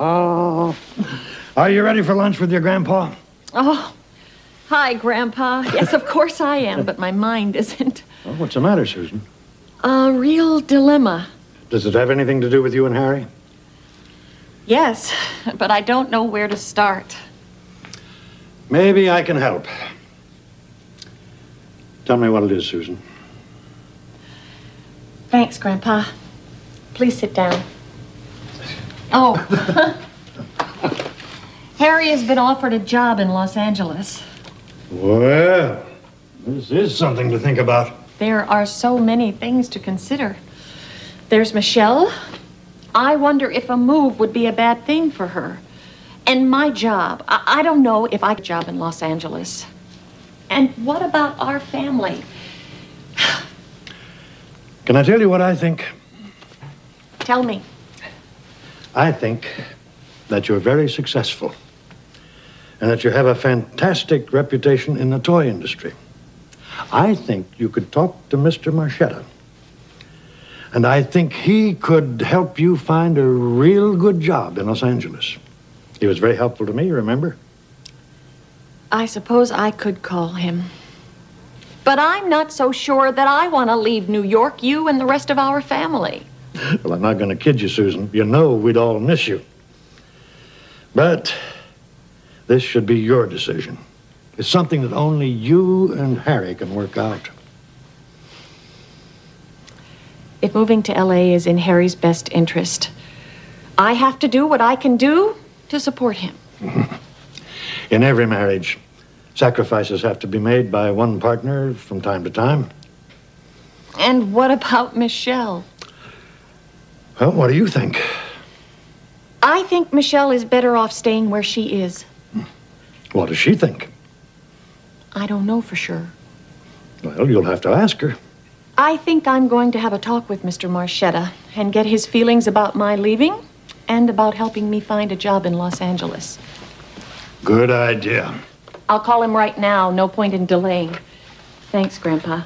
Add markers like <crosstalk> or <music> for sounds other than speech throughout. Oh. <laughs> ready for lunch with your grandpa? Oh, hi, Grandpa. Yes, of course I am, but my mind isn't. Well, Oh, what's the matter, Susan? A real dilemma. Does it have anything to do with you and Harry? Yes, but I don't know where to start. Maybe I can help. Tell me what it is, Susan. Thanks, Grandpa. Please sit down. Oh. <laughs> Harry has been offered a job in Los Angeles. Well, this is something to think about. There are so many things to consider. There's Michelle. I wonder if a move would be a bad thing for her. And my job. I, I don't know if I could job in Los Angeles. And what about our family? Can I tell you what I think? Tell me. I think that you're very successful and that you have a fantastic reputation in the toy industry. I think you could talk to Mr. Marchetta. And I think he could help you find a real good job in Los Angeles. He was very helpful to me, remember? I suppose I could call him. But I'm not so sure that I want to leave New York, you and the rest of our family. Well, I'm not going to kid you, Susan. You know we'd all miss you. But this should be your decision. It's something that only you and Harry can work out. If moving to LA is in Harry's best interest, I have to do what I can do to support him. In every marriage, sacrifices have to be made by one partner from time to time. And what about Michelle? Well, what do you think? I think Michelle is better off staying where she is. What does she think? I don't know for sure. Well, you'll have to ask her. I think I'm going to have a talk with Mr. Marchetta and get his feelings about my leaving and about helping me find a job in Los Angeles. Good idea. I'll call him right now. No point in delaying. Thanks, Grandpa.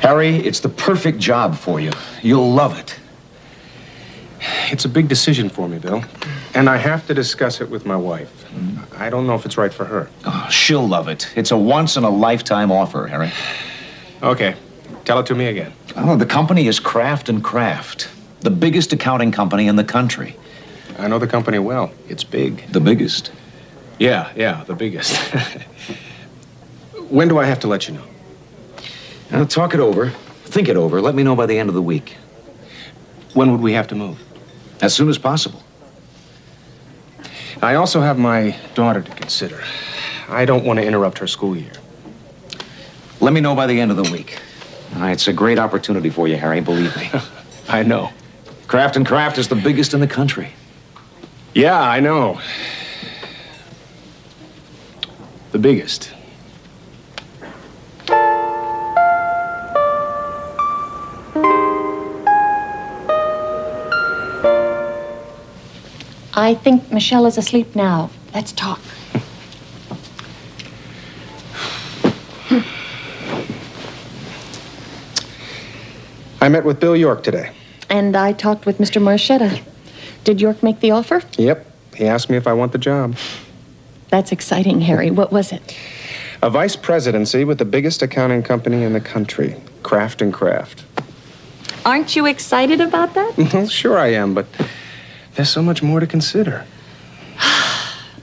Harry, it's the perfect job for you. You'll love it. It's a big decision for me, Bill. And I have to discuss it with my wife. I don't know if it's right for her. Oh, she'll love it. It's a once in a lifetime offer, Harry. Okay, tell it to me again. Oh, the company is Kraft and Kraft, the biggest accounting company in the country. I know the company well. It's big. The biggest. Yeah, yeah, the biggest. <laughs> when do I have to let you know? Now, talk it over. Think it over. Let me know by the end of the week. When would we have to move? As soon as possible. I also have my daughter to consider. I don't want to interrupt her school year. Let me know by the end of the week. Uh, it's a great opportunity for you, Harry, believe <laughs> me. I know. Kraft and Kraft is the biggest in the country. Yeah, I know. The biggest. I think Michelle is asleep now. Let's talk. I met with Bill York today. And I talked with Mr. Marchetta. Did York make the offer? Yep. He asked me if I want the job. That's exciting, Harry. What was it? A vice presidency with the biggest accounting company in the country, Kraft and Kraft. Aren't you excited about that? Well, sure I am, but there's so much more to consider. <laughs>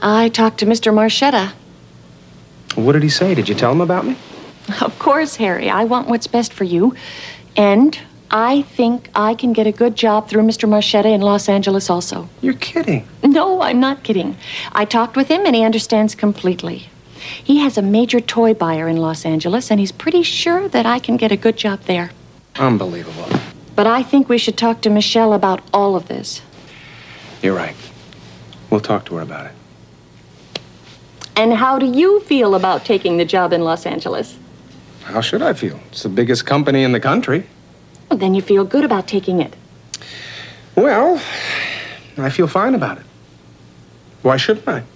I talked to Mr. Marchetta. What did he say? Did you tell him about me? <laughs> Of course, Harry. I want what's best for you. And I think I can get a good job through Mr. Marchetta in Los Angeles also. You're kidding. No, I'm not kidding. I talked with him and he understands completely. He has a major toy buyer in Los Angeles and he's pretty sure that I can get a good job there. Unbelievable. But I think we should talk to Michelle about all of this. You're right. We'll talk to her about it. And how do you feel about taking the job in Los Angeles? How should I feel? It's the biggest company in the country. Well, then you feel good about taking it. Well, I feel fine about it. Why shouldn't I?